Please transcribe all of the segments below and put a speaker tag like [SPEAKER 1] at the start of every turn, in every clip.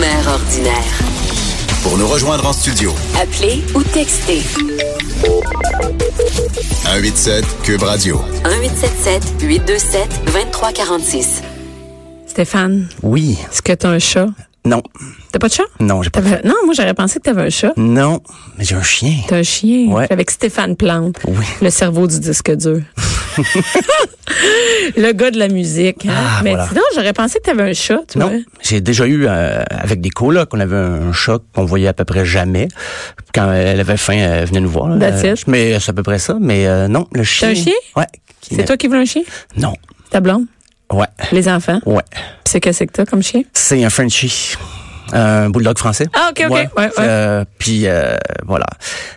[SPEAKER 1] Mère ordinaire.
[SPEAKER 2] Pour nous rejoindre en studio,
[SPEAKER 1] Appelez ou textez
[SPEAKER 2] 187 Cube Radio.
[SPEAKER 1] 1877 827 2346.
[SPEAKER 3] Stéphane,
[SPEAKER 4] Oui.
[SPEAKER 3] est-ce que t'as un chat?
[SPEAKER 4] Non.
[SPEAKER 3] T'as pas de chat?
[SPEAKER 4] Non, j'ai pas.
[SPEAKER 3] T'avais- Non, moi j'aurais pensé que t'avais un chat.
[SPEAKER 4] Non, mais j'ai un chien.
[SPEAKER 3] T'as un chien.
[SPEAKER 4] Ouais.
[SPEAKER 3] J'étais Avec Stéphane Plante.
[SPEAKER 4] Oui.
[SPEAKER 3] Le cerveau du disque dur. le gars de la musique. hein.
[SPEAKER 4] Ah,
[SPEAKER 3] mais
[SPEAKER 4] voilà.
[SPEAKER 3] dis donc, j'aurais pensé que t'avais un chat, hein. tu vois.
[SPEAKER 4] Non, j'ai déjà eu euh, avec des colocs, on avait un chat qu'on voyait à peu près jamais. Quand elle avait faim, elle venait nous voir. là.
[SPEAKER 3] That's it.
[SPEAKER 4] mais c'est à peu près ça. Mais euh, non, le chien.
[SPEAKER 3] un chien?
[SPEAKER 4] Ouais.
[SPEAKER 3] C'est toi qui veux un chien?
[SPEAKER 4] Non.
[SPEAKER 3] Ta blonde?
[SPEAKER 4] Ouais.
[SPEAKER 3] Les enfants?
[SPEAKER 4] Ouais.
[SPEAKER 3] Puis C'est qu'est-ce que t'as comme chien?
[SPEAKER 4] C'est un Frenchie. Un bulldog français.
[SPEAKER 3] Ah, ok, ok.
[SPEAKER 4] Ouais.
[SPEAKER 3] Ouais, ouais.
[SPEAKER 4] Euh, puis euh, voilà.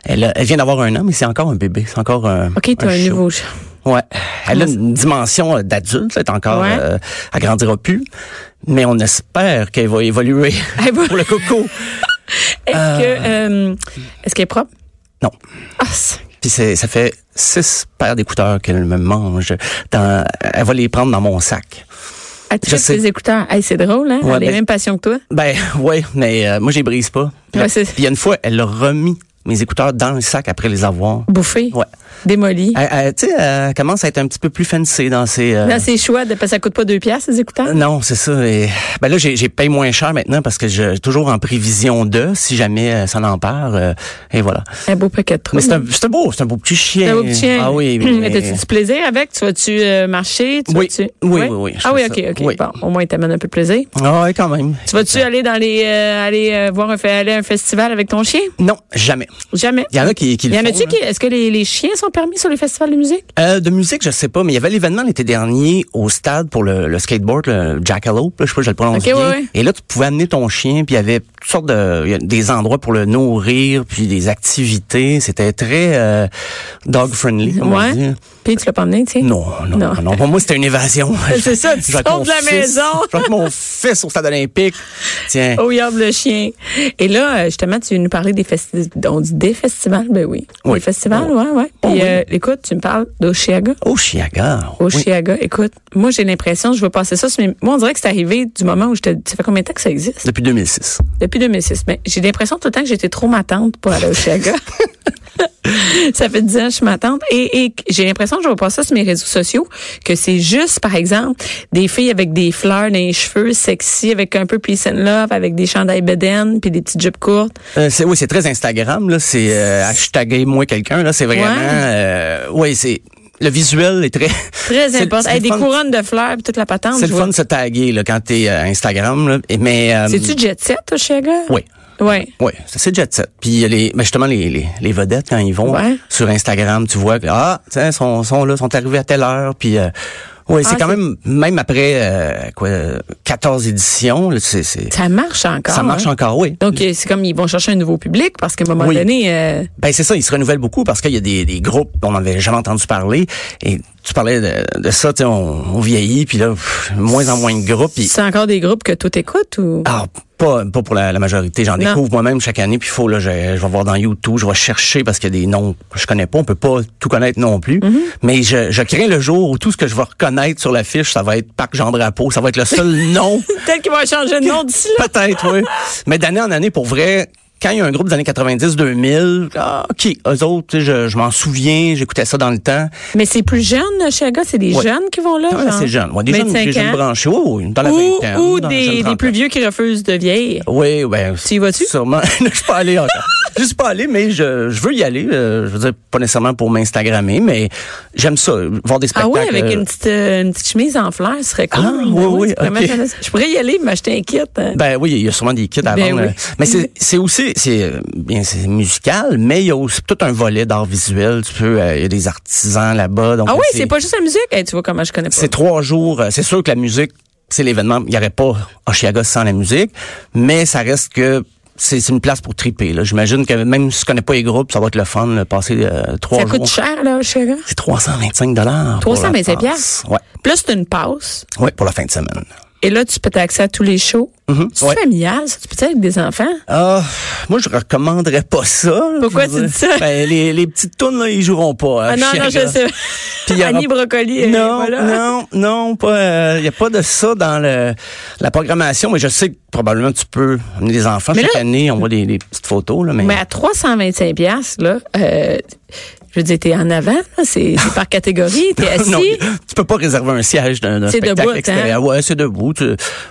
[SPEAKER 4] Elle, a- elle vient d'avoir un an, mais c'est encore un bébé. C'est encore un.
[SPEAKER 3] OK, t'as un,
[SPEAKER 4] chat.
[SPEAKER 3] nouveau chat.
[SPEAKER 4] Ouais. Elle a une dimension euh, d'adulte, là, elle est encore,
[SPEAKER 3] Ouais.
[SPEAKER 4] euh, elle grandira plus, mais on espère qu'elle va évoluer
[SPEAKER 3] Elle va-
[SPEAKER 4] pour le coco.
[SPEAKER 3] Est-ce que euh, est-ce qu'elle est propre?
[SPEAKER 4] Non.
[SPEAKER 3] Ah, c'est-
[SPEAKER 4] Puis c'est, ça fait six paires d'écouteurs qu'elle me mange. Dans- elle va les prendre dans mon sac.
[SPEAKER 3] elle tripe
[SPEAKER 4] sais.
[SPEAKER 3] ses écouteurs. Hey, c'est drôle, hein?
[SPEAKER 4] Ouais,
[SPEAKER 3] elle est
[SPEAKER 4] ben-
[SPEAKER 3] même passion que toi.
[SPEAKER 4] Ben ouais, mais euh, moi je les brise pas. Puis
[SPEAKER 3] Ouais,
[SPEAKER 4] la-
[SPEAKER 3] c'est-
[SPEAKER 4] puis il y a une fois, elle a remis mes écouteurs dans le sac après les avoir.
[SPEAKER 3] Bouffée.
[SPEAKER 4] Ouais.
[SPEAKER 3] Démolie.
[SPEAKER 4] Elle, elle- tu sais, elle commence à être un petit peu plus fancy dans ses. euh,
[SPEAKER 3] Dans ses choix, de, parce que ça coûte pas deux piastres, ces écouteurs.
[SPEAKER 4] Non, c'est ça. Et, ben là, j'ai j'ai payé moins cher maintenant parce que je toujours en prévision de si jamais euh, ça n'empare. euh, et voilà.
[SPEAKER 3] Un beau paquet de
[SPEAKER 4] Mais
[SPEAKER 3] trucs.
[SPEAKER 4] c'est un, c'est un beau, c'est un beau petit chien.
[SPEAKER 3] Un beau petit chien.
[SPEAKER 4] Ah oui.
[SPEAKER 3] Mais t'as-tu du plaisir avec? Tu vas-tu euh, marcher? Tu
[SPEAKER 4] Oui.
[SPEAKER 3] vas-tu-
[SPEAKER 4] Oui, oui, oui, je
[SPEAKER 3] Ah oui,
[SPEAKER 4] fais
[SPEAKER 3] OK,
[SPEAKER 4] ça.
[SPEAKER 3] OK.
[SPEAKER 4] Oui.
[SPEAKER 3] Bon, au moins, il t'amène un peu de plaisir.
[SPEAKER 4] Ah oui, quand même.
[SPEAKER 3] Tu vas-tu aller dans les, euh, aller euh, voir un, fe- aller à un festival avec ton chien?
[SPEAKER 4] Non, jamais.
[SPEAKER 3] Jamais.
[SPEAKER 4] Il y en a qui, qui
[SPEAKER 3] Il
[SPEAKER 4] le
[SPEAKER 3] y en
[SPEAKER 4] font,
[SPEAKER 3] a-tu
[SPEAKER 4] là.
[SPEAKER 3] qui. Est-ce que les, les chiens sont permis sur les festivals de musique?
[SPEAKER 4] Euh, de musique, je sais pas, mais il y avait l'événement l'été dernier au stade pour le, le skateboard, le Jackalope, là, je sais pas, je le prononce
[SPEAKER 3] Ok,
[SPEAKER 4] bien.
[SPEAKER 3] ouais, ouais.
[SPEAKER 4] Et là, tu pouvais amener ton chien, puis il y avait toutes sortes de il y a des endroits pour le nourrir, puis des activités. C'était très euh, dog friendly, comme on dit.
[SPEAKER 3] Puis tu l'as pas emmené, tu sais?
[SPEAKER 4] Non, non,
[SPEAKER 3] Non.
[SPEAKER 4] non, non. Pour moi, c'était une évasion.
[SPEAKER 3] C'est ça, tu
[SPEAKER 4] Je vais avec
[SPEAKER 3] sors
[SPEAKER 4] mon
[SPEAKER 3] de la
[SPEAKER 4] fils.
[SPEAKER 3] maison.
[SPEAKER 4] Je vais avec mon fils au stade olympique. Tiens.
[SPEAKER 3] Oh, yab, le chien. Et là, euh, justement, tu veux nous parler des festivals. On dit des festivals, ben oui.
[SPEAKER 4] Oui.
[SPEAKER 3] Des festivals,
[SPEAKER 4] Oh.
[SPEAKER 3] ouais, ouais.
[SPEAKER 4] Oh,
[SPEAKER 3] Puis,
[SPEAKER 4] oui.
[SPEAKER 3] euh, écoute, tu me parles d'Oshiaga.
[SPEAKER 4] Oh, Chiaga. Oui.
[SPEAKER 3] Oshiaga, écoute, moi, j'ai l'impression, je veux passer ça. sur mes- Moi, on dirait que c'est arrivé du moment où j'étais. Ça fait combien de temps que ça existe?
[SPEAKER 4] Depuis 2006.
[SPEAKER 3] Depuis 2006. Mais j'ai l'impression tout le temps que j'étais trop ma tante pour aller à Oshiaga. ça fait 10 ans que je suis ma tante. Et, et j'ai l'impression que je vais passer ça sur mes réseaux sociaux, que c'est juste, par exemple, des filles avec des fleurs dans les cheveux, sexy, avec un peu peace and love, avec des chandails bedaines, puis des petites jupes courtes.
[SPEAKER 4] Euh, c'est, oui, c'est très Instagram, là. C'est euh, hashtagger moi quelqu'un, là. C'est vraiment.
[SPEAKER 3] Ouais.
[SPEAKER 4] euh, oui, c'est. Le visuel est très.
[SPEAKER 3] Très
[SPEAKER 4] c'est-
[SPEAKER 3] important.
[SPEAKER 4] c'est
[SPEAKER 3] Hey,
[SPEAKER 4] le
[SPEAKER 3] des
[SPEAKER 4] fun-
[SPEAKER 3] couronnes de fleurs puis toute la patente.
[SPEAKER 4] C'est
[SPEAKER 3] je
[SPEAKER 4] le
[SPEAKER 3] vois.
[SPEAKER 4] fun de se taguer, là, quand t'es euh, Instagram, là. Et- Mais. euh,
[SPEAKER 3] C'est-tu jet set, toi, chez gars?
[SPEAKER 4] Oui.
[SPEAKER 3] Ouais.
[SPEAKER 4] Oui, ça c'est jet set. Puis il y a les, ben, justement les, les, les vedettes quand ils vont
[SPEAKER 3] Ouais.
[SPEAKER 4] sur Instagram, tu vois que ah, tiens, sont sont là, sont arrivés à telle heure puis euh, ouais,
[SPEAKER 3] Ah,
[SPEAKER 4] c'est quand
[SPEAKER 3] c'est-
[SPEAKER 4] même même après euh, quoi euh, 14 éditions, là, c'est c'est
[SPEAKER 3] Ça marche encore.
[SPEAKER 4] ça marche
[SPEAKER 3] hein?
[SPEAKER 4] encore, oui.
[SPEAKER 3] Donc, euh, c'est comme ils vont chercher un nouveau public parce qu'à un moment
[SPEAKER 4] Oui.
[SPEAKER 3] donné, euh,
[SPEAKER 4] Ben c'est ça, ils se renouvellent beaucoup parce qu'il y a des, des groupes dont on n'avait jamais entendu parler et tu parlais de, de ça, tu sais, on, on vieillit puis là pff, moins en moins de groupes puis
[SPEAKER 3] c'est encore des groupes que tout écoute ou.
[SPEAKER 4] Ah, pas, pas pour la, la majorité. J'en
[SPEAKER 3] Non.
[SPEAKER 4] découvre moi-même chaque année. Puis faut là, je, je vais voir dans YouTube, je vais chercher parce qu'il y a des noms que je connais pas. On peut pas tout connaître non plus.
[SPEAKER 3] Mhm.
[SPEAKER 4] Mais je, je crains le jour où tout ce que je vais reconnaître sur la fiche, ça va être Parc Jean Drapeau. Ça va être le seul nom.
[SPEAKER 3] Peut-être qu'ils vont changer de nom d'ici là.
[SPEAKER 4] Peut-être, oui. Mais d'année en année, pour vrai. Quand il y a un groupe des années 90-2000, ah, OK, eux autres, tu sais, je, je m'en souviens, j'écoutais ça dans le temps.
[SPEAKER 3] Mais c'est plus jeune, chez gars, c'est des
[SPEAKER 4] Ouais.
[SPEAKER 3] jeunes qui vont là.
[SPEAKER 4] Ouais,
[SPEAKER 3] Ah, genre
[SPEAKER 4] c'est jeune. Ouais, des jeunes,
[SPEAKER 3] 25
[SPEAKER 4] des jeunes
[SPEAKER 3] ans.
[SPEAKER 4] branchés. Oui, oui, dans la
[SPEAKER 3] Ou,
[SPEAKER 4] vingtaine.
[SPEAKER 3] ou
[SPEAKER 4] dans la jeune
[SPEAKER 3] des, des
[SPEAKER 4] trentaine.
[SPEAKER 3] plus vieux qui refusent de vieillir.
[SPEAKER 4] Oui, ben.
[SPEAKER 3] Tu y vas-tu?
[SPEAKER 4] Sûrement. Non, je suis pas allé encore. je suis pas allé, mais je, je veux y aller. euh, je veux dire, pas nécessairement pour m'instagrammer, mais j'aime ça, voir des
[SPEAKER 3] Ah
[SPEAKER 4] spectacles.
[SPEAKER 3] oui, avec
[SPEAKER 4] euh,
[SPEAKER 3] une petite, euh, une petite chemise en fleurs, ce serait cool.
[SPEAKER 4] Ah,
[SPEAKER 3] Ben
[SPEAKER 4] oui, oui,
[SPEAKER 3] tu pourrais
[SPEAKER 4] ok.
[SPEAKER 3] mettre un- Je pourrais y aller, mais je t'inquiète. hein.
[SPEAKER 4] Ben oui, il y a sûrement des kits à
[SPEAKER 3] Ben
[SPEAKER 4] vendre.
[SPEAKER 3] oui.
[SPEAKER 4] euh, Mais c'est c'est aussi, c'est euh, bien, c'est musical, mais il y a aussi tout un volet d'art visuel. Tu peux, euh, il y a des artisans là-bas. donc
[SPEAKER 3] Ah oui,
[SPEAKER 4] c'est-
[SPEAKER 3] c'est pas juste la musique. Hey, tu vois comment je connais pas.
[SPEAKER 4] C'est trois jours. euh, C'est sûr que la musique, c'est l'événement. Il n'y aurait pas Oshiaga sans la musique, mais ça reste que c'est c'est une place pour triper. là. J'imagine que même si tu connais pas les groupes, ça va être le fun, là, passer euh, trois
[SPEAKER 3] Ça
[SPEAKER 4] jours.
[SPEAKER 3] coûte cher, là, Oshiaga?
[SPEAKER 4] C'est 325 dollars.
[SPEAKER 3] 325
[SPEAKER 4] pièces. Ouais.
[SPEAKER 3] Plus une passe.
[SPEAKER 4] Ouais, pour la fin de semaine.
[SPEAKER 3] Et là, tu peux t'accéder à tous les shows. C'est
[SPEAKER 4] Mm-hmm. ouais.
[SPEAKER 3] familial, ça. Tu peux-tu avec des enfants?
[SPEAKER 4] Ah, moi je recommanderais pas ça. là,
[SPEAKER 3] Pourquoi
[SPEAKER 4] je veux
[SPEAKER 3] tu
[SPEAKER 4] dire.
[SPEAKER 3] dis ça?
[SPEAKER 4] Ben, les, les petites tunes là, ils joueront pas.
[SPEAKER 3] Ah,
[SPEAKER 4] hein,
[SPEAKER 3] non,
[SPEAKER 4] chez
[SPEAKER 3] non, je
[SPEAKER 4] Aga.
[SPEAKER 3] sais.
[SPEAKER 4] Puis il y aura-
[SPEAKER 3] Annie euh, Brocoli, elle est
[SPEAKER 4] Non,
[SPEAKER 3] pas là.
[SPEAKER 4] non, non, pas. Il n'y a pas de ça dans le, la programmation, mais je sais que probablement tu peux amener des enfants
[SPEAKER 3] Mais
[SPEAKER 4] chaque
[SPEAKER 3] là-
[SPEAKER 4] année. On voit des, des petites photos là, mais,
[SPEAKER 3] Mais à 325 pièces là, euh, je veux dire, t'es en avant, là, c'est c'est par catégorie, t'es assis.
[SPEAKER 4] non, tu peux pas réserver un siège d'un d'un
[SPEAKER 3] C'est
[SPEAKER 4] spectacle
[SPEAKER 3] debout, hein?
[SPEAKER 4] extérieur. Ouais, c'est debout. Tu,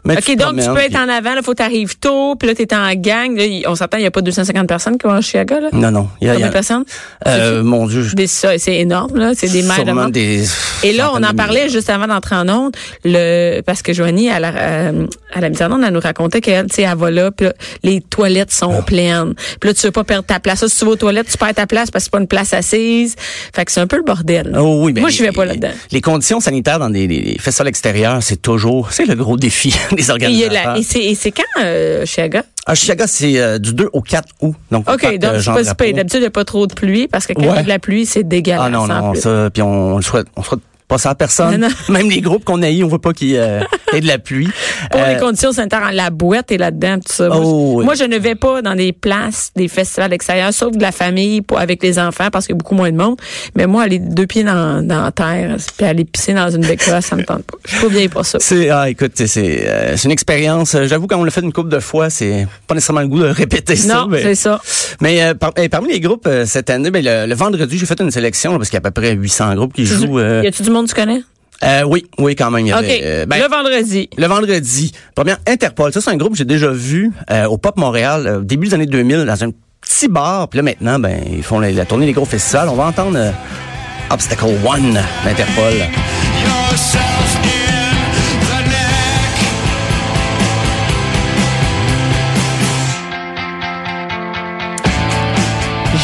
[SPEAKER 4] mais
[SPEAKER 3] OK,
[SPEAKER 4] te
[SPEAKER 3] donc tu
[SPEAKER 4] promènes,
[SPEAKER 3] peux être
[SPEAKER 4] puis-
[SPEAKER 3] en avant, là, faut t'arrives tôt, puis là, t'es en gang. Là, y- on s'entend, il n'y a pas 250 personnes qui vont à Chicago, là?
[SPEAKER 4] Non, non. il y a- il y
[SPEAKER 3] Combien
[SPEAKER 4] a-
[SPEAKER 3] de personnes?
[SPEAKER 4] Euh, mon Dieu, je-
[SPEAKER 3] Des- ça, C'est énorme, là. C'est des mères de
[SPEAKER 4] sûrement
[SPEAKER 3] monde.
[SPEAKER 4] des.
[SPEAKER 3] Et là, on
[SPEAKER 4] centaines
[SPEAKER 3] en
[SPEAKER 4] de
[SPEAKER 3] parlait juste avant d'entrer en onde, le parce que Joanie à la euh, à la mise en onde, elle nous racontait qu'elle, tu sais, elle va là, puis là, les toilettes sont
[SPEAKER 4] Ah.
[SPEAKER 3] pleines. Puis là, tu veux pas perdre ta place. Ça, si tu vas aux toilettes, tu perds ta place parce que c'est pas une place assise. Fait que c'est un peu le bordel.
[SPEAKER 4] Oh oui, ben
[SPEAKER 3] Moi,
[SPEAKER 4] les-
[SPEAKER 3] je vais pas là-dedans.
[SPEAKER 4] Les conditions sanitaires dans des, des- des festivals extérieurs, c'est toujours, c'est le gros défi
[SPEAKER 3] Et,
[SPEAKER 4] des
[SPEAKER 3] il y a
[SPEAKER 4] organisateurs.
[SPEAKER 3] la- et c'est et c'est quand euh, chez Aga?
[SPEAKER 4] À Chicago, c'est euh, du 2 au 4 août. Donc, au
[SPEAKER 3] OK,
[SPEAKER 4] parc,
[SPEAKER 3] donc
[SPEAKER 4] euh,
[SPEAKER 3] je suis
[SPEAKER 4] Jean
[SPEAKER 3] pas si
[SPEAKER 4] Drapeau.
[SPEAKER 3] payé. D'habitude, il n'y a pas trop de pluie parce que quand il y a
[SPEAKER 4] Ouais.
[SPEAKER 3] de la pluie, c'est dégueulasse.
[SPEAKER 4] Ah non,
[SPEAKER 3] en
[SPEAKER 4] non,
[SPEAKER 3] plus.
[SPEAKER 4] ça, puis on, on le souhaite, on le souhaite pas ça à personne.
[SPEAKER 3] Non,
[SPEAKER 4] Même les groupes qu'on a eu, on veut pas qu'il euh, ait de la pluie.
[SPEAKER 3] Pour
[SPEAKER 4] Euh,
[SPEAKER 3] les conditions sanitaires, hein, la boîte est là-dedans, tout ça. Moi,
[SPEAKER 4] Oh,
[SPEAKER 3] je-
[SPEAKER 4] oui.
[SPEAKER 3] moi, je ne vais pas dans des places, des festivals extérieurs, sauf de la famille, pour, avec les enfants, parce qu'il y a beaucoup moins de monde. Mais moi, aller deux pieds dans, dans la terre, puis aller pisser dans une bécasse, ça me tente pas. Je suis pas bien pour ça.
[SPEAKER 4] C'est ah écoute c'est c'est, euh, c'est une expérience Euh, j'avoue quand on l'a fait une couple de fois c'est pas nécessairement le goût de répéter ça
[SPEAKER 3] Non,
[SPEAKER 4] mais-
[SPEAKER 3] c'est ça.
[SPEAKER 4] mais euh, par- eh, parmi les groupes euh, cette année ben, le, le vendredi j'ai fait une sélection là, parce qu'il y a à peu près 800 groupes qui jouent euh,
[SPEAKER 3] Y a-tu du monde que tu connais?
[SPEAKER 4] euh, oui oui quand même il y
[SPEAKER 3] OK.
[SPEAKER 4] avait, euh, ben,
[SPEAKER 3] le vendredi.
[SPEAKER 4] Le vendredi, première Interpol. Ça, c'est un groupe que j'ai déjà vu euh, au Pop Montréal, euh, début des années 2000, dans un petit bar. Puis là, maintenant, ben, ils font la, la tournée des gros festivals. On va entendre euh, Obstacle One d'Interpol.
[SPEAKER 5] yourself in the neck.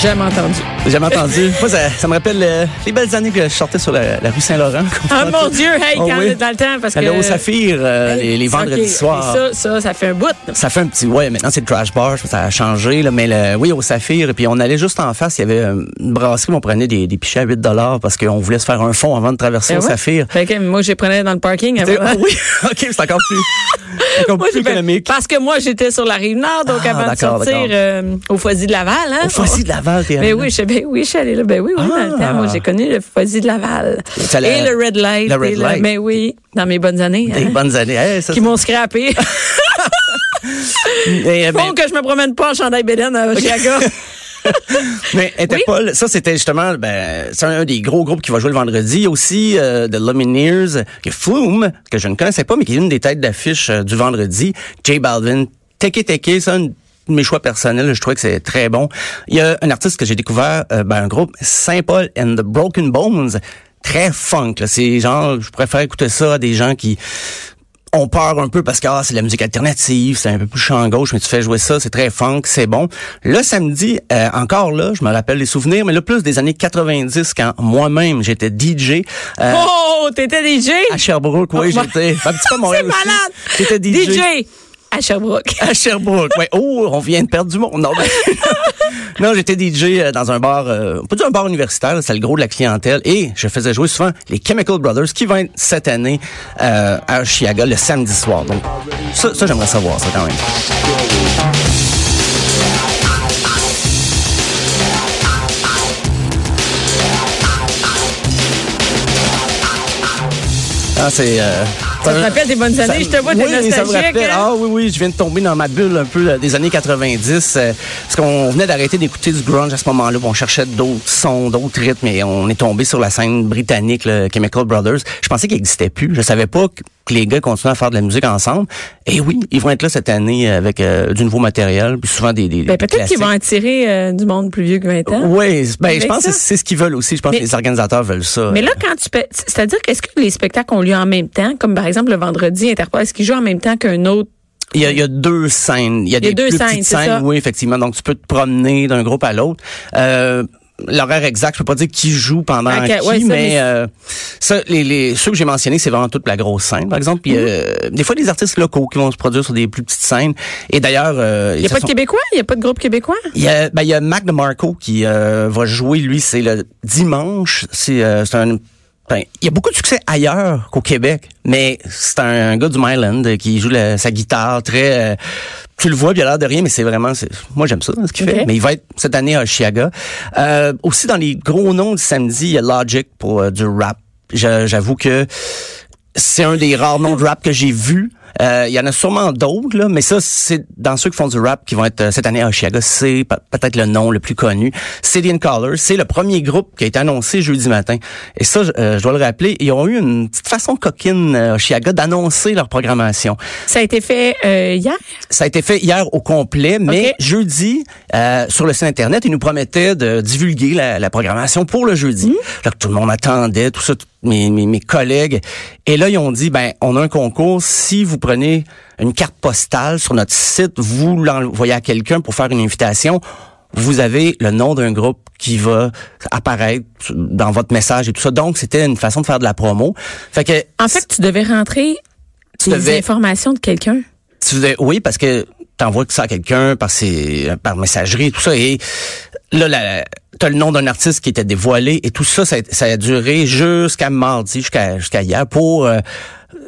[SPEAKER 3] Jamais entendu.
[SPEAKER 4] J'ai jamais entendu. Moi, ça, ça me rappelle euh, les belles années que je sortais sur la, la rue Saint-Laurent.
[SPEAKER 3] Ah mon Dieu, hey,
[SPEAKER 4] Oh,
[SPEAKER 3] quand
[SPEAKER 4] oui.
[SPEAKER 3] on est dans le temps, parce
[SPEAKER 4] Allô,
[SPEAKER 3] que.
[SPEAKER 4] Saphir, euh, les, les vendredis
[SPEAKER 3] OK.
[SPEAKER 4] soirs.
[SPEAKER 3] Et Ça, ça, ça fait un bout.
[SPEAKER 4] Ça fait un petit ouais maintenant c'est le trash bar je pense que ça a changé là mais le, oui au saphir et puis on allait juste en face il y avait euh, une brasserie où on prenait des, des pichets à 8 dollars parce qu'on voulait se faire un fond avant de traverser
[SPEAKER 3] Ben
[SPEAKER 4] au
[SPEAKER 3] ouais.
[SPEAKER 4] saphir
[SPEAKER 3] Fait que moi, j'ai prenais dans le parking.
[SPEAKER 4] T'es-
[SPEAKER 3] avant.
[SPEAKER 4] ah oui, ok, c'est encore plus, encore
[SPEAKER 3] Moi,
[SPEAKER 4] plus
[SPEAKER 3] j'ai fait-
[SPEAKER 4] économique.
[SPEAKER 3] parce que moi, j'étais sur la rive nord, donc
[SPEAKER 4] Ah,
[SPEAKER 3] avant de
[SPEAKER 4] d'accord,
[SPEAKER 3] sortir
[SPEAKER 4] d'accord.
[SPEAKER 3] euh, au Foisy de Laval. Hein,
[SPEAKER 4] Au Foisy de Laval, t'es allée
[SPEAKER 3] Ben oui, je, ben oui, je suis allée là. Ben oui, oui, dans le
[SPEAKER 4] Ah.
[SPEAKER 3] temps. Moi, j'ai connu le Foisy de Laval.
[SPEAKER 4] Tu allais-
[SPEAKER 3] Et le Red Light.
[SPEAKER 4] le Red
[SPEAKER 3] et le-
[SPEAKER 4] Light.
[SPEAKER 3] Ben oui, dans mes bonnes années.
[SPEAKER 4] Des
[SPEAKER 3] hein,
[SPEAKER 4] bonnes années. Hey, ça,
[SPEAKER 3] qui m'ont scrappé.
[SPEAKER 4] c'est- eh, ben, mais, mais,
[SPEAKER 3] Bon, que je me promène pas en chandail Bédène à Chicago.
[SPEAKER 4] mais Interpol, ça c'était justement, ben, c'est un des gros groupes qui va jouer le vendredi. Il y a aussi euh, The Lumineers, il y a Flume, que je ne connaissais pas, mais qui est une des têtes d'affiche euh, du vendredi. J Balvin, Teke Teke, ça, un de mes choix personnels, je trouvais que c'est très bon. Il y a un artiste que j'ai découvert, euh, ben, un groupe, Saint-Paul and the Broken Bones, très funk. là. C'est genre, je préfère écouter ça à des gens qui on part un peu parce que ah, c'est de la musique alternative, c'est un peu plus champ gauche, mais tu fais jouer ça, c'est très funk, c'est bon. Le samedi, euh, encore là, je me rappelle les souvenirs, mais le plus des années 90 quand moi-même j'étais DJ euh,
[SPEAKER 3] oh, t'étais DJ?
[SPEAKER 4] à Sherbrooke, oui,
[SPEAKER 3] Oh,
[SPEAKER 4] j'étais un petit peu à Montréal
[SPEAKER 3] C'est
[SPEAKER 4] aussi.
[SPEAKER 3] malade!
[SPEAKER 4] J'étais DJ.
[SPEAKER 3] DJ à Sherbrooke.
[SPEAKER 4] À Sherbrooke, ouais. Oh, on vient de perdre du monde. Non, ben, non j'étais DJ euh, dans un bar, euh, pas du un bar universitaire, là, c'est le gros de la clientèle. Et je faisais jouer souvent les Chemical Brothers qui vont être cette année euh, à Chiaga le samedi soir. Donc, ça, ça j'aimerais savoir, ça quand même. Ah, c'est. euh,
[SPEAKER 3] Ça te rappelle des bonnes années? Je te vois, t'es
[SPEAKER 4] oui, ça me
[SPEAKER 3] nostalgique,
[SPEAKER 4] rappelle.
[SPEAKER 3] hein?
[SPEAKER 4] Ah oui, oui, je viens de tomber dans ma bulle un peu euh, des années 90. euh, parce qu'on venait d'arrêter d'écouter du grunge à ce moment-là. puis On cherchait d'autres sons, d'autres rythmes. Et on est tombé sur la scène britannique, le Chemical Brothers. Je pensais qu'il n'existait plus. Je savais pas que que les gars continuaient à faire de la musique ensemble. Et oui, ils vont être là cette année avec euh, du nouveau matériel, puis souvent des, des
[SPEAKER 3] Ben, peut-être qu'ils vont attirer euh, du monde plus vieux que 20 ans.
[SPEAKER 4] Oui, ben, je
[SPEAKER 3] Avec
[SPEAKER 4] pense
[SPEAKER 3] ça.
[SPEAKER 4] que c'est ce qu'ils veulent aussi. Je pense
[SPEAKER 3] Mais-
[SPEAKER 4] que les organisateurs veuleu ça.
[SPEAKER 3] Mais là, quand tu peux, c'est-à-dire qu'est-ce que les spectacles ont lieu en même temps, comme par exemple le vendredi Interpol, est-ce qu'ils jouent en même temps qu'un autre?
[SPEAKER 4] Il y, a, il y a deux scènes. Il y
[SPEAKER 3] y
[SPEAKER 4] a,
[SPEAKER 3] a
[SPEAKER 4] des
[SPEAKER 3] deux
[SPEAKER 4] plus
[SPEAKER 3] scènes,
[SPEAKER 4] petites
[SPEAKER 3] c'est
[SPEAKER 4] scènes,
[SPEAKER 3] ça.
[SPEAKER 4] oui, effectivement. Donc, tu peux te promener d'un groupe à l'autre. Euh, l'horaire exact. Je peux pas dire qui joue pendant
[SPEAKER 3] Ok,
[SPEAKER 4] qui,
[SPEAKER 3] ouais, ça,
[SPEAKER 4] mais
[SPEAKER 3] les-
[SPEAKER 4] euh, ça, les, les- ceux que j'ai mentionnés, c'est vraiment toute la grosse scène, par exemple. Puis,
[SPEAKER 3] Mm-hmm.
[SPEAKER 4] euh, des fois, des artistes locaux qui vont se produire sur des plus petites scènes. Et d'ailleurs, euh,
[SPEAKER 3] Il n'y a
[SPEAKER 4] se
[SPEAKER 3] pas de
[SPEAKER 4] sont-
[SPEAKER 3] Québécois? Il n'y a pas de groupe québécois?
[SPEAKER 4] il y a, ben, il y a Mac DeMarco qui euh, va jouer, lui, c'est le dimanche. C'est euh, c'est un... ben, il y a beaucoup de succès ailleurs qu'au Québec, mais c'est un, gars du Myland euh, qui joue la- sa guitare très... euh, tu le vois, puis il a l'air de rien, mais c'est vraiment... c'est- Moi, j'aime ça, ce qu'il
[SPEAKER 3] Ok.
[SPEAKER 4] fait. Mais il va être cette année à Chiaga. Euh, aussi, dans les gros noms du samedi, il y a Logic pour euh, du rap. Je- J'avoue que c'est un des rares noms de rap que j'ai vu. Euh, Il y en a sûrement d'autres, là, mais ça, c'est dans ceux qui font du rap qui vont être euh, cette année à Chicago, c'est pe- peut-être le nom le plus connu. City Color, c'est le premier groupe qui a été annoncé jeudi matin. Et ça, je- euh, je dois le rappeler, ils ont eu une petite façon coquine euh, à Chicago d'annoncer leur programmation.
[SPEAKER 3] Ça a été fait euh, hier?
[SPEAKER 4] Ça a été fait hier au complet, mais
[SPEAKER 3] Ok.
[SPEAKER 4] jeudi, euh, sur le site Internet, ils nous promettaient de divulguer la, la programmation pour le jeudi. Là, tout le monde attendait, tout ça, tout- mes, mes, mes collègues. Et là, ils ont dit, ben, on a un concours. Si vous prenez une carte postale sur notre site, vous l'envoyez à quelqu'un pour faire une invitation, vous avez le nom d'un groupe qui va apparaître dans votre message et tout ça. Donc, c'était une façon de faire de la promo. Fait que,
[SPEAKER 3] En fait, tu devais rentrer
[SPEAKER 4] Tu
[SPEAKER 3] les
[SPEAKER 4] devais-
[SPEAKER 3] informations de quelqu'un.
[SPEAKER 4] tu faisais- oui, parce que t'envoies tout ça à quelqu'un par ses, par messagerie, tout ça. Et là, la- t'as le nom d'un artiste qui était dévoilé et tout ça, ça, a- ça a duré jusqu'à mardi, jusqu'à jusqu'à hier pour. euh,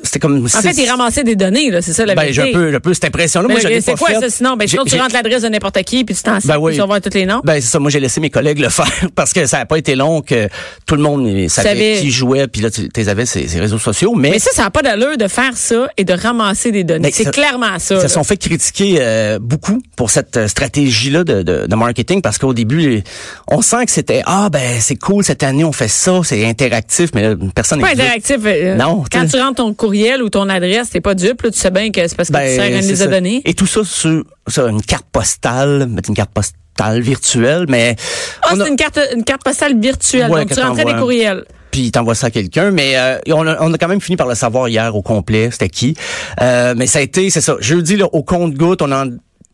[SPEAKER 4] c'était comme.
[SPEAKER 3] En fait, ils ramassaient des données, là, c'est ça la
[SPEAKER 4] Ben,
[SPEAKER 3] vérité.
[SPEAKER 4] j'ai un peu, j'ai un peu cette impression-là.
[SPEAKER 3] Mais
[SPEAKER 4] Moi, je l'ai
[SPEAKER 3] c'est
[SPEAKER 4] pas
[SPEAKER 3] quoi
[SPEAKER 4] faite.
[SPEAKER 3] ça sinon? Ben,
[SPEAKER 4] J'ai-
[SPEAKER 3] sinon, tu
[SPEAKER 4] j'ai-
[SPEAKER 3] rentres l'adresse de n'importe qui, puis tu t'en
[SPEAKER 4] Ben oui.
[SPEAKER 3] tu vas voir tous les noms.
[SPEAKER 4] Ben, c'est ça. Moi, j'ai laissé mes collègues le faire parce que ça n'a pas été long que tout le monde euh, savait
[SPEAKER 3] savais.
[SPEAKER 4] qui jouait, puis là, tu les avais ces, ces réseaux sociaux.
[SPEAKER 3] mais ça, ça n'a pas d'allure de faire ça et de ramasser des données.
[SPEAKER 4] Ben,
[SPEAKER 3] c'est
[SPEAKER 4] ça-
[SPEAKER 3] clairement ça.
[SPEAKER 4] Ils
[SPEAKER 3] là.
[SPEAKER 4] se sont fait critiquer euh, beaucoup pour cette euh, stratégie-là de, de, de marketing parce qu'au début, les- on sent que c'était ah ben c'est cool cette année on fait ça, c'est interactif, mais là, personne
[SPEAKER 3] pas
[SPEAKER 4] n'est dupe.
[SPEAKER 3] interactif. euh,
[SPEAKER 4] Non,
[SPEAKER 3] Quand
[SPEAKER 4] t'es-
[SPEAKER 3] tu rentres ton courriel ou ton adresse, t'es pas dupe, là, tu sais bien que c'est parce que tu
[SPEAKER 4] Ben,
[SPEAKER 3] sers une
[SPEAKER 4] c'est
[SPEAKER 3] liste de
[SPEAKER 4] ça.
[SPEAKER 3] données.
[SPEAKER 4] Et tout ça sur, sur une carte postale, mais une carte postale virtuelle, mais
[SPEAKER 3] Ah,
[SPEAKER 4] on a-
[SPEAKER 3] c'est une carte, une carte postale virtuelle.
[SPEAKER 4] Ouais,
[SPEAKER 3] donc,
[SPEAKER 4] que
[SPEAKER 3] tu rentrais des
[SPEAKER 4] t'envoies.
[SPEAKER 3] courriels.
[SPEAKER 4] puis t'envoies ça à quelqu'un, mais euh, on, a, on a quand même fini par le savoir hier au complet, c'était qui. Euh, mais ça a été, c'est ça, jeudi là, au compte-goutte, on en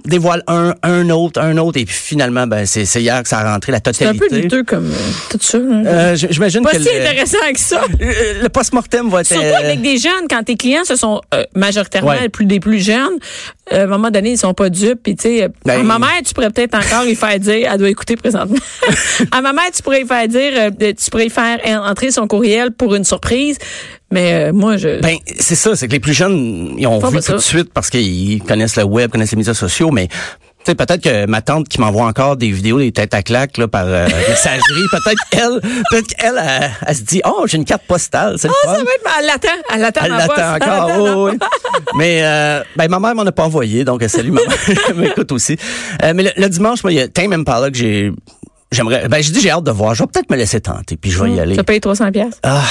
[SPEAKER 4] dévoile un, un autre, un autre, et puis finalement, ben c'est c'est hier que ça a rentré la
[SPEAKER 3] C'est un
[SPEAKER 4] totalité.
[SPEAKER 3] peu douteux comme euh, tout ça. là.
[SPEAKER 4] Euh, j- J'imagine
[SPEAKER 3] pas
[SPEAKER 4] que
[SPEAKER 3] si
[SPEAKER 4] le,
[SPEAKER 3] intéressant que ça.
[SPEAKER 4] euh, le post-mortem va être...
[SPEAKER 3] Surtout
[SPEAKER 4] euh,
[SPEAKER 3] avec des jeunes, quand tes clients, ce sont euh, majoritairement
[SPEAKER 4] Ouais.
[SPEAKER 3] plus des plus jeunes, euh, à un moment donné, ils sont pas dupes. Puis, tu sais, euh,
[SPEAKER 4] Ben,
[SPEAKER 3] à ma mère, tu pourrais peut-être encore lui faire dire, elle doit écouter présentement. à ma mère, tu pourrais lui faire dire, euh, de- tu pourrais lui faire en- entrer son courriel pour une surprise. Mais euh, moi, je...
[SPEAKER 4] ben, c'est ça, c'est que les plus jeunes, ils ont
[SPEAKER 3] Faut
[SPEAKER 4] vu
[SPEAKER 3] pas
[SPEAKER 4] tout de
[SPEAKER 3] ça.
[SPEAKER 4] suite parce qu'ils connaissent le web, connaissent les médias sociaux, mais... tu sais, Peut-être que ma tante qui m'envoie encore des vidéos des têtes à claque là, par euh, messagerie, peut-être qu'elle, peut-être qu'elle, elle, elle se dit, oh, j'ai une carte postale, c'est le
[SPEAKER 3] Ah,
[SPEAKER 4] fun.
[SPEAKER 3] ça va être... Elle l'attend. Elle l'attend
[SPEAKER 4] Elle
[SPEAKER 3] dans la
[SPEAKER 4] l'attend
[SPEAKER 3] boîte. Elle
[SPEAKER 4] encore.
[SPEAKER 3] l'attend dans-
[SPEAKER 4] Oh, oui, oui. Mais euh, ben, ma mère m'en a pas envoyé, donc euh, salut maman. Elle m'écoute aussi. Euh, mais le, le dimanche, moi, il y a Tame Impala que j'ai... J'aimerais... Ben, je dis j'ai hâte de voir. Je vais peut-être me laisser tenter, puis je vais y aller.
[SPEAKER 3] Tu as payé 300 pièces.
[SPEAKER 4] Ah.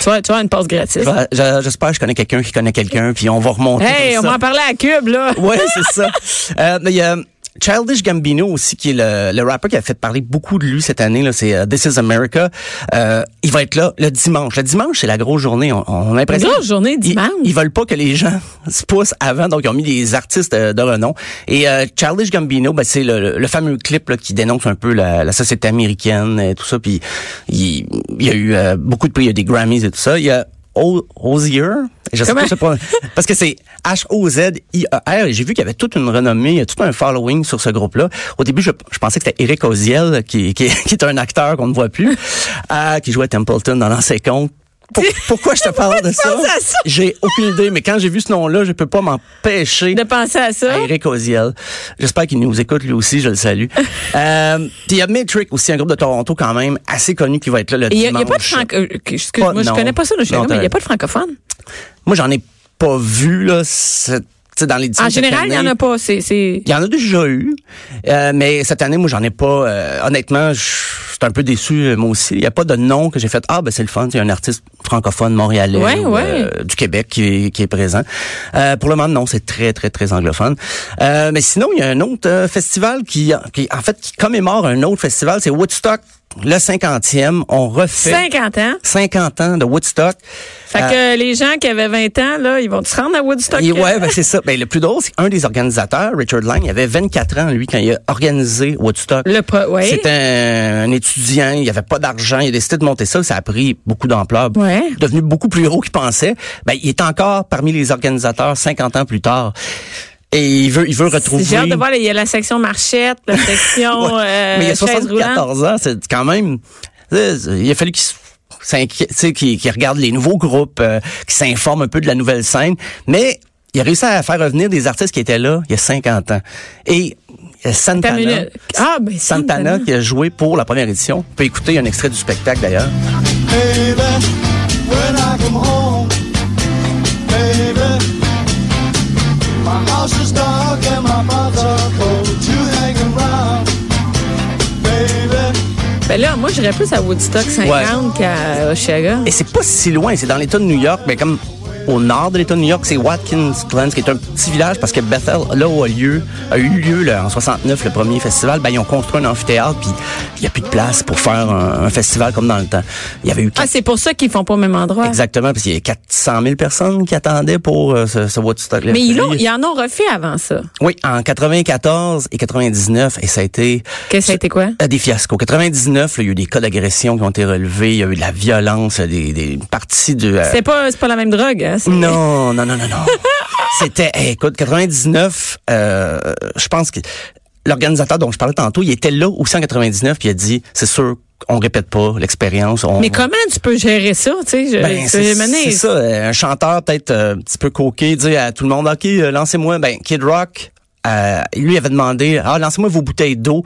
[SPEAKER 3] Tu vas tu vas avoir une passe gratuite.
[SPEAKER 4] Je- je- J'espère que je connais quelqu'un qui connaît quelqu'un, puis on va remonter.
[SPEAKER 3] Hey, on va
[SPEAKER 4] comme ça.
[SPEAKER 3] en parler à Cube, là.
[SPEAKER 4] Ouais, c'est ça. Euh, mais il y a Childish Gambino aussi, qui est le, le rappeur qui a fait parler beaucoup de lui cette année. là, C'est euh, This Is America. Euh, il va être là le dimanche. Le dimanche, c'est la grosse journée. On, on a l'impression...
[SPEAKER 3] Grosse journée,
[SPEAKER 4] Ils-
[SPEAKER 3] dimanche.
[SPEAKER 4] Ils, veulent pas que les gens se poussent avant, donc ils ont mis des artistes euh, de renom. Et euh, Childish Gambino, ben, c'est le, le fameux clip là, qui dénonce un peu la, la société américaine et tout ça. Puis il, il y a eu euh, beaucoup de prix, il y a eu des Grammys et tout ça. Il y a O- Ozier, je sais
[SPEAKER 3] Comment?
[SPEAKER 4] pas, je sais pas, parce que c'est H-O-Z-I-E-R, E et j'ai vu qu'il y avait toute une renommée, il y a tout un following sur ce groupe-là. Au début, je, je pensais que c'était Eric Oziel, qui, qui, qui est un acteur qu'on ne voit plus, euh, qui jouait Templeton dans l'ancien compte. Pour- pourquoi je te parle de ça?
[SPEAKER 3] penses à ça?
[SPEAKER 4] J'ai aucune idée, mais quand j'ai vu ce nom-là, je peux pas m'empêcher
[SPEAKER 3] De penser à ça.
[SPEAKER 4] à Eric Oziel. J'espère qu'il nous écoute lui aussi, je le salue. euh, puis il y a Matrix aussi, un groupe de Toronto quand même, assez connu qui va être là le
[SPEAKER 3] Il n'y a,
[SPEAKER 4] dimanche.
[SPEAKER 3] pas de francophone. Excuse-moi,
[SPEAKER 4] Pas-
[SPEAKER 3] je
[SPEAKER 4] non.
[SPEAKER 3] connais pas ça, le chien,
[SPEAKER 4] Non,
[SPEAKER 3] mais il n'y
[SPEAKER 4] t'as-
[SPEAKER 3] a pas de francophone.
[SPEAKER 4] Moi, j'en ai pas vu là, cette- tu sais, dans les
[SPEAKER 3] En
[SPEAKER 4] différentes
[SPEAKER 3] général, il n'y en
[SPEAKER 4] années.
[SPEAKER 3] a pas. C'est, c'est...
[SPEAKER 4] Il y en a déjà eu, euh, mais cette année, moi, j'en ai pas. euh, honnêtement, je je suis un peu déçu, euh, moi aussi. Il n'y a pas de nom que j'ai fait. Ah, ben c'est le fun. Il y a un artiste francophone montréalais
[SPEAKER 3] Ouais,
[SPEAKER 4] ou,
[SPEAKER 3] ouais.
[SPEAKER 4] euh, du Québec qui est, qui est présent. Euh, pour le moment, non, c'est très, très, très anglophone. Euh, mais sinon, il y a un autre euh, festival qui, qui, en fait, qui commémore un autre festival. C'est Woodstock le 50e, on refait
[SPEAKER 3] 50 ans.
[SPEAKER 4] 50 ans de Woodstock.
[SPEAKER 3] Fait
[SPEAKER 4] Euh,
[SPEAKER 3] que les gens qui avaient 20 ans, là, ils vont se rendre à Woodstock.
[SPEAKER 4] Et ouais, ben c'est ça. Ben, le plus drôle, c'est qu'un des organisateurs, Richard Lang, il avait 24 ans, lui, quand il a organisé Woodstock.
[SPEAKER 3] Le pro- ouais.
[SPEAKER 4] C'était un, un étudiant, il avait pas d'argent, il a décidé de monter ça, ça a pris beaucoup d'ampleur.
[SPEAKER 3] Ouais.
[SPEAKER 4] Devenu beaucoup plus gros qu'il pensait. Ben, il est encore parmi les organisateurs 50 ans plus tard. Et il veut, il veut retrouver...
[SPEAKER 3] J'ai hâte de voir, là, il y a la section marchette, la section
[SPEAKER 4] Ouais.
[SPEAKER 3] euh,
[SPEAKER 4] Mais il y a
[SPEAKER 3] chaise roulante.
[SPEAKER 4] 74 ans, c'est quand même. euh, Il a fallu qu'il s- s'inquiète, tu sais, qu'il qu'il regarde les nouveaux groupes, euh, qu'il s'informe un peu de la nouvelle scène. Mais il a réussi à faire revenir des artistes qui étaient là il y a 50 ans. Et euh,
[SPEAKER 3] Attends une
[SPEAKER 4] Santana.
[SPEAKER 3] minute. Ah, ben,
[SPEAKER 4] Santana
[SPEAKER 3] Santana.
[SPEAKER 4] qui a joué pour la première édition. On peut écouter un extrait du spectacle d'ailleurs.
[SPEAKER 5] Baby, when I come home, baby, my house is dark and my bonds are cold. You hanging round, baby.
[SPEAKER 3] Ben là, moi, j'irais plus à Woodstock 50 qu'à Oshaga.
[SPEAKER 4] Et c'est pas si loin, c'est dans l'État de New York, mais comme au nord de l'État de New York, c'est Watkins Glen, qui est un petit village parce que Bethel, là où a lieu, a eu lieu là, en 69 le premier festival, ben ils ont construit un amphithéâtre puis il y a plus de place pour faire un, un festival comme dans le temps. Il y avait eu
[SPEAKER 3] Ah,
[SPEAKER 4] quatre-
[SPEAKER 3] c'est pour ça qu'ils font pas au même endroit.
[SPEAKER 4] exactement parce qu'il y a 400 000 personnes qui attendaient pour euh, ce, ce Woodstock.
[SPEAKER 3] Mais ils, l'ont- ils en ont refait avant ça.
[SPEAKER 4] Oui, en 94 et 99 et ça a été
[SPEAKER 3] Qu'est-ce que ça a été quoi?
[SPEAKER 4] euh, Des fiascos. 99, là, il y a eu des cas d'agression qui ont été relevés, il y a eu de la violence, des, des parties de euh,
[SPEAKER 3] C'est pas, c'est pas la même drogue, hein? c'est-
[SPEAKER 4] Non, non, non, non, non. C'était, hey, écoute, 99, euh, je pense que l'organisateur dont je parlais tantôt, il était là aussi en 99, puis il a dit, c'est sûr, on répète pas l'expérience. on-
[SPEAKER 3] Mais comment tu peux gérer ça, tu sais? je-
[SPEAKER 4] ben,
[SPEAKER 3] tu sais,
[SPEAKER 4] c'est
[SPEAKER 3] mané-
[SPEAKER 4] c'est ça, euh, un chanteur peut-être euh, un petit peu coqué, dire à tout le monde, OK, euh, lancez-moi, ben, Kid Rock, euh, lui avait demandé, ah, lancez-moi vos bouteilles d'eau.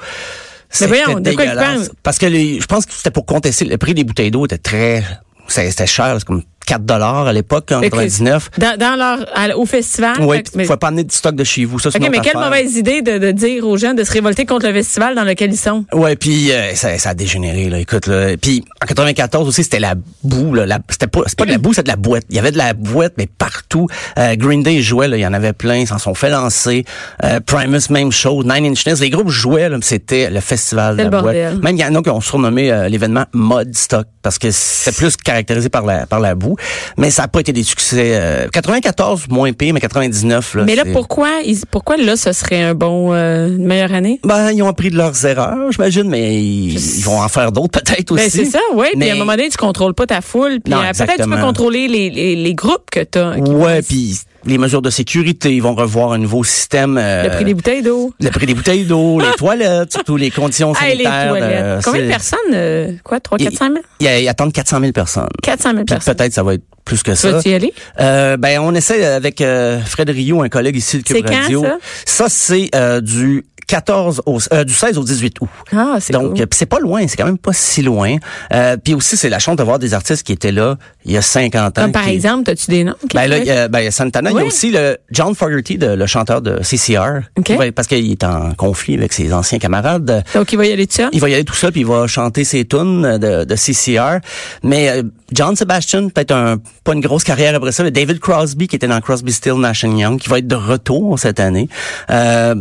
[SPEAKER 4] C'était
[SPEAKER 3] Ben voyons, de quoi il
[SPEAKER 4] dégueulasse.
[SPEAKER 3] parle?
[SPEAKER 4] Parce que les- je pense que c'était pour contester, le prix des bouteilles d'eau était très, c'est- c'était cher, c'est comme 4 dollars à l'époque, en
[SPEAKER 3] Fait que-
[SPEAKER 4] 99.
[SPEAKER 3] Dans, dans leur, à- au festival.
[SPEAKER 4] Oui,
[SPEAKER 3] Ah, fait
[SPEAKER 4] puis
[SPEAKER 3] que-
[SPEAKER 4] tu
[SPEAKER 3] mais-
[SPEAKER 4] pouvais pas amener du stock de chez vous. Ça, c'est
[SPEAKER 3] OK,
[SPEAKER 4] une
[SPEAKER 3] mais
[SPEAKER 4] autre
[SPEAKER 3] quelle
[SPEAKER 4] affaire.
[SPEAKER 3] mauvaise idée de, de dire aux gens de se révolter contre le festival dans lequel ils sont.
[SPEAKER 4] Ouais, puis euh, ça, ça a dégénéré là. Écoute, là. puis en 94 aussi c'était la boue là. La, c'était pas, c'est pas de la boue, c'était de la boîte. Il y avait de la boîte mais partout. Euh, Green Day jouait là, il y en avait plein, ils s'en sont fait lancer. Euh, Primus même chose, Nine Inch Nails, les groupes jouaient là, mais c'était le festival de
[SPEAKER 3] C'était
[SPEAKER 4] la
[SPEAKER 3] le bordel.
[SPEAKER 4] boîte. Même il y en a qui ont surnommé euh, l'événement Mud Stock parce que c'était plus caractérisé par la par la boue, mais ça a pas été des succès. euh, 94 moins pire, mais 99 là.
[SPEAKER 3] mais là,
[SPEAKER 4] c'est-
[SPEAKER 3] pourquoi, ils- pourquoi là, ce serait un bon, euh, une meilleure année?
[SPEAKER 4] Ben, ils ont appris de leurs erreurs, j'imagine, mais ils, ils vont en faire d'autres peut-être aussi.
[SPEAKER 3] Ben, c'est ça, oui. Puis
[SPEAKER 4] Mais-
[SPEAKER 3] à un moment donné, tu contrôles pas ta foule. Puis
[SPEAKER 4] Non,
[SPEAKER 3] euh, peut-être tu peux
[SPEAKER 4] exactement.
[SPEAKER 3] contrôler les, les, les groupes que tu as.
[SPEAKER 4] Ouais, puis les mesures de sécurité, ils vont revoir un nouveau système. euh,
[SPEAKER 3] Le prix des bouteilles d'eau.
[SPEAKER 4] le prix des bouteilles d'eau, les toilettes, surtout les conditions
[SPEAKER 3] Hey, les
[SPEAKER 4] sanitaires.
[SPEAKER 3] toilettes.
[SPEAKER 4] euh,
[SPEAKER 3] Combien de
[SPEAKER 4] c'est-
[SPEAKER 3] personnes? euh, quoi, 3
[SPEAKER 4] Il-
[SPEAKER 3] 400 000?
[SPEAKER 4] Il y a- Ils attendent 400 000 personnes.
[SPEAKER 3] 400 000
[SPEAKER 4] Puis
[SPEAKER 3] personnes.
[SPEAKER 4] peut-être ça va être plus que
[SPEAKER 3] Tu
[SPEAKER 4] ça.
[SPEAKER 3] vas-tu y aller?
[SPEAKER 4] Euh, ben on essaie avec euh, Fred Rio, un collègue ici de
[SPEAKER 3] C'est
[SPEAKER 4] Cube
[SPEAKER 3] quand,
[SPEAKER 4] Radio.
[SPEAKER 3] ça?
[SPEAKER 4] c'est euh, du 14 au euh, du 16 au 18 août.
[SPEAKER 3] Ah, c'est
[SPEAKER 4] Donc
[SPEAKER 3] cool.
[SPEAKER 4] euh, puis c'est pas loin, c'est quand même pas si loin. Euh, puis aussi c'est la chance de voir des artistes qui étaient là il y a 50 ans.
[SPEAKER 3] Comme par
[SPEAKER 4] qui-
[SPEAKER 3] exemple, as-tu des noms?
[SPEAKER 4] Ben là, il y a- ben, il y a Santana, il y
[SPEAKER 3] Oui.
[SPEAKER 4] a aussi le John Fogerty, de- le chanteur de CCR,
[SPEAKER 3] OK.
[SPEAKER 4] qui va- parce qu'il est en conflit avec ses anciens camarades.
[SPEAKER 3] Donc, il va y aller tout ça?
[SPEAKER 4] Il va y aller tout seul, puis il va chanter ses tunes euh, de, de CCR. Mais euh, John Sebastian, peut-être un, pas une grosse carrière après ça, mais David Crosby, qui était dans Crosby, Still, Nash and Young, qui va être de retour cette année. Euh,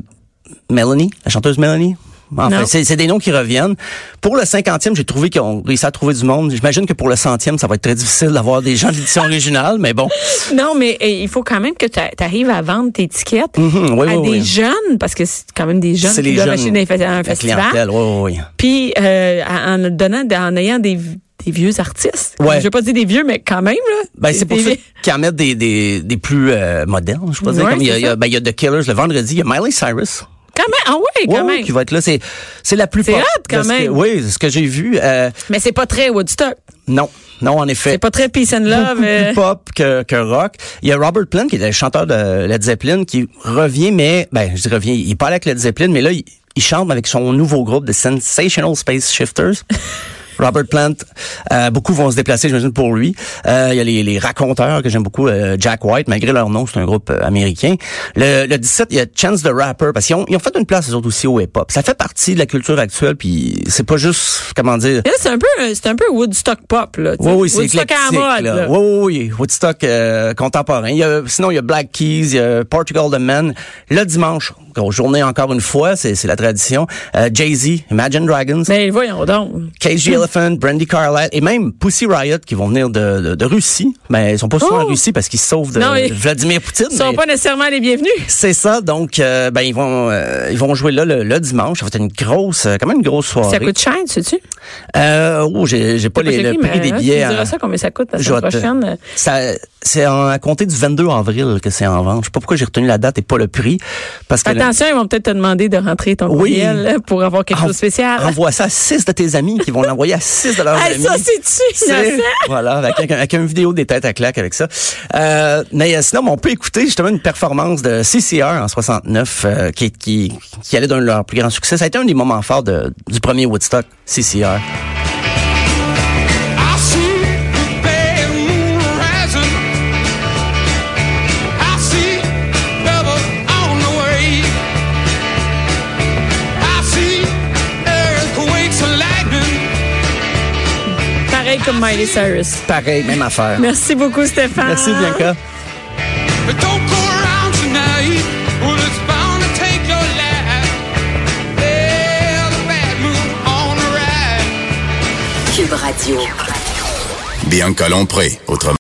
[SPEAKER 4] Melanie, la chanteuse Melanie. Enfin,
[SPEAKER 3] Non.
[SPEAKER 4] c'est c'est des noms qui reviennent. Pour le cinquantième, j'ai trouvé qu'ils ont réussi à trouver du monde. J'imagine que pour le centième, ça va être très difficile d'avoir des gens de l'édition originale, mais bon.
[SPEAKER 3] Non, mais eh, il faut quand même que tu arrives à vendre tes tickets
[SPEAKER 4] Mhm, oui,
[SPEAKER 3] à
[SPEAKER 4] oui,
[SPEAKER 3] des
[SPEAKER 4] oui.
[SPEAKER 3] jeunes, parce que c'est quand même des jeunes
[SPEAKER 4] C'est
[SPEAKER 3] qui
[SPEAKER 4] les
[SPEAKER 3] doivent
[SPEAKER 4] jeunes,
[SPEAKER 3] acheter des fes- à un
[SPEAKER 4] la
[SPEAKER 3] festival.
[SPEAKER 4] clientèle, oui, oui, oui.
[SPEAKER 3] Puis euh, en en donnant, en ayant des, des vieux artistes.
[SPEAKER 4] Ouais.
[SPEAKER 3] Je veux pas dire des vieux, mais quand même là.
[SPEAKER 4] Ben, c'est pour
[SPEAKER 3] Des-
[SPEAKER 4] ça qu'ils en mettent des, des, des plus euh, modernes, je peux dire.
[SPEAKER 3] Ouais,
[SPEAKER 4] Comme il y a,
[SPEAKER 3] c'est
[SPEAKER 4] il y a-
[SPEAKER 3] ça.
[SPEAKER 4] ben, il y a The Killers le vendredi, il y a Miley Cyrus.
[SPEAKER 3] Quand même, ah ouais,
[SPEAKER 4] Ouais,
[SPEAKER 3] quand
[SPEAKER 4] ouais,
[SPEAKER 3] même.
[SPEAKER 4] qui va être là. C'est, c'est la plus
[SPEAKER 3] C'est
[SPEAKER 4] pop
[SPEAKER 3] hot,
[SPEAKER 4] de
[SPEAKER 3] quand
[SPEAKER 4] ce que-
[SPEAKER 3] même.
[SPEAKER 4] oui, ce que j'ai vu. euh,
[SPEAKER 3] Mais c'est pas très Woodstock.
[SPEAKER 4] non, non, en effet.
[SPEAKER 3] C'est pas très peace and
[SPEAKER 4] beaucoup
[SPEAKER 3] love. euh.
[SPEAKER 4] plus pop que, que rock. Il y a Robert Plant, qui est le chanteur de Led Zeppelin, qui revient, mais, ben, je dis revient, il parle avec Led Zeppelin, mais là, il, il chante avec son nouveau groupe, The Sensational Space Shifters. Robert Plant, euh, beaucoup vont se déplacer, j'imagine, pour lui. Euh, il y a les, les raconteurs que j'aime beaucoup, euh, Jack White, malgré leur nom, c'est un groupe euh, américain. Le, le 17, il y a Chance the Rapper, parce qu'ils ont, ils ont fait une place, les autres aussi, au hip-hop. Ça fait partie de la culture actuelle, puis c'est pas juste, comment dire,
[SPEAKER 3] Mais là, c'est un peu, euh, c'est un peu Woodstock pop là. tu sais.
[SPEAKER 4] oui, oui, c'est
[SPEAKER 3] Woodstock
[SPEAKER 4] éclectique.
[SPEAKER 3] à la mode.
[SPEAKER 4] là.
[SPEAKER 3] là.
[SPEAKER 4] Oui, oui, oui. Woodstock euh, contemporain. Il y a- sinon, il y a Black Keys, il y a Portugal The Man. Le dimanche, grosse journée encore une fois, c'est c'est la tradition. Euh, Jay-Z, Imagine Dragons,
[SPEAKER 3] Mais voyons donc.
[SPEAKER 4] Cage the Elephant, Brandy Carlisle et même Pussy Riot qui vont venir de, de, de Russie. Mais ils sont pas souvent
[SPEAKER 3] Oh!
[SPEAKER 4] en Russie parce qu'ils se sauvent de
[SPEAKER 3] Non, mais-
[SPEAKER 4] Vladimir Poutine.
[SPEAKER 3] Ils sont
[SPEAKER 4] mais-
[SPEAKER 3] pas nécessairement les bienvenus.
[SPEAKER 4] c'est ça, donc euh, ben ils vont euh, ils vont jouer là le, le dimanche. Ça va être une grosse, euh, quand même une grosse soirée.
[SPEAKER 3] Ça coûte cher, sais-tu?
[SPEAKER 4] Euh, oh, j'ai j'ai pas, les, le prix des billets.
[SPEAKER 3] Tu me diras
[SPEAKER 4] hein.
[SPEAKER 3] ça combien ça coûte la
[SPEAKER 4] Je vais
[SPEAKER 3] semaine
[SPEAKER 4] te-
[SPEAKER 3] prochaine.
[SPEAKER 4] Ça, c'est en- à compter du 22 avril que c'est en vente. Je sais pas pourquoi j'ai retenu la date et pas le prix, parce que
[SPEAKER 3] Attention, ils vont peut-être te demander de rentrer ton
[SPEAKER 4] Oui.
[SPEAKER 3] courriel euh, pour avoir quelque chose de
[SPEAKER 4] En-
[SPEAKER 3] spécial.
[SPEAKER 4] Envoie ça à six de tes amis qui vont l'envoyer à six de leurs
[SPEAKER 3] Hey,
[SPEAKER 4] amis.
[SPEAKER 3] ça, c'est-tu
[SPEAKER 4] C'est-
[SPEAKER 3] innocent?
[SPEAKER 4] Voilà, avec, un- avec une vidéo des têtes à claque avec ça. Euh, mais euh, sinon, on peut écouter justement une performance de CCR en 69 euh, qui, qui, qui allait d'un de leurs plus grands succès. Ça a été un des moments forts de- du premier Woodstock, CCR.
[SPEAKER 5] I see the bad moon rising. I see better on the way. I see earthquakes and lightning.
[SPEAKER 3] Pareil comme Miley Cyrus.
[SPEAKER 4] Pareil, même affaire.
[SPEAKER 3] Merci beaucoup, Stéphane.
[SPEAKER 4] Merci, Bianca.
[SPEAKER 5] But don't go around tonight. Well, it's bound to take your life. There's a bad moon on the rise.
[SPEAKER 1] Cube Radio.
[SPEAKER 2] Bianca Lompré, autrement.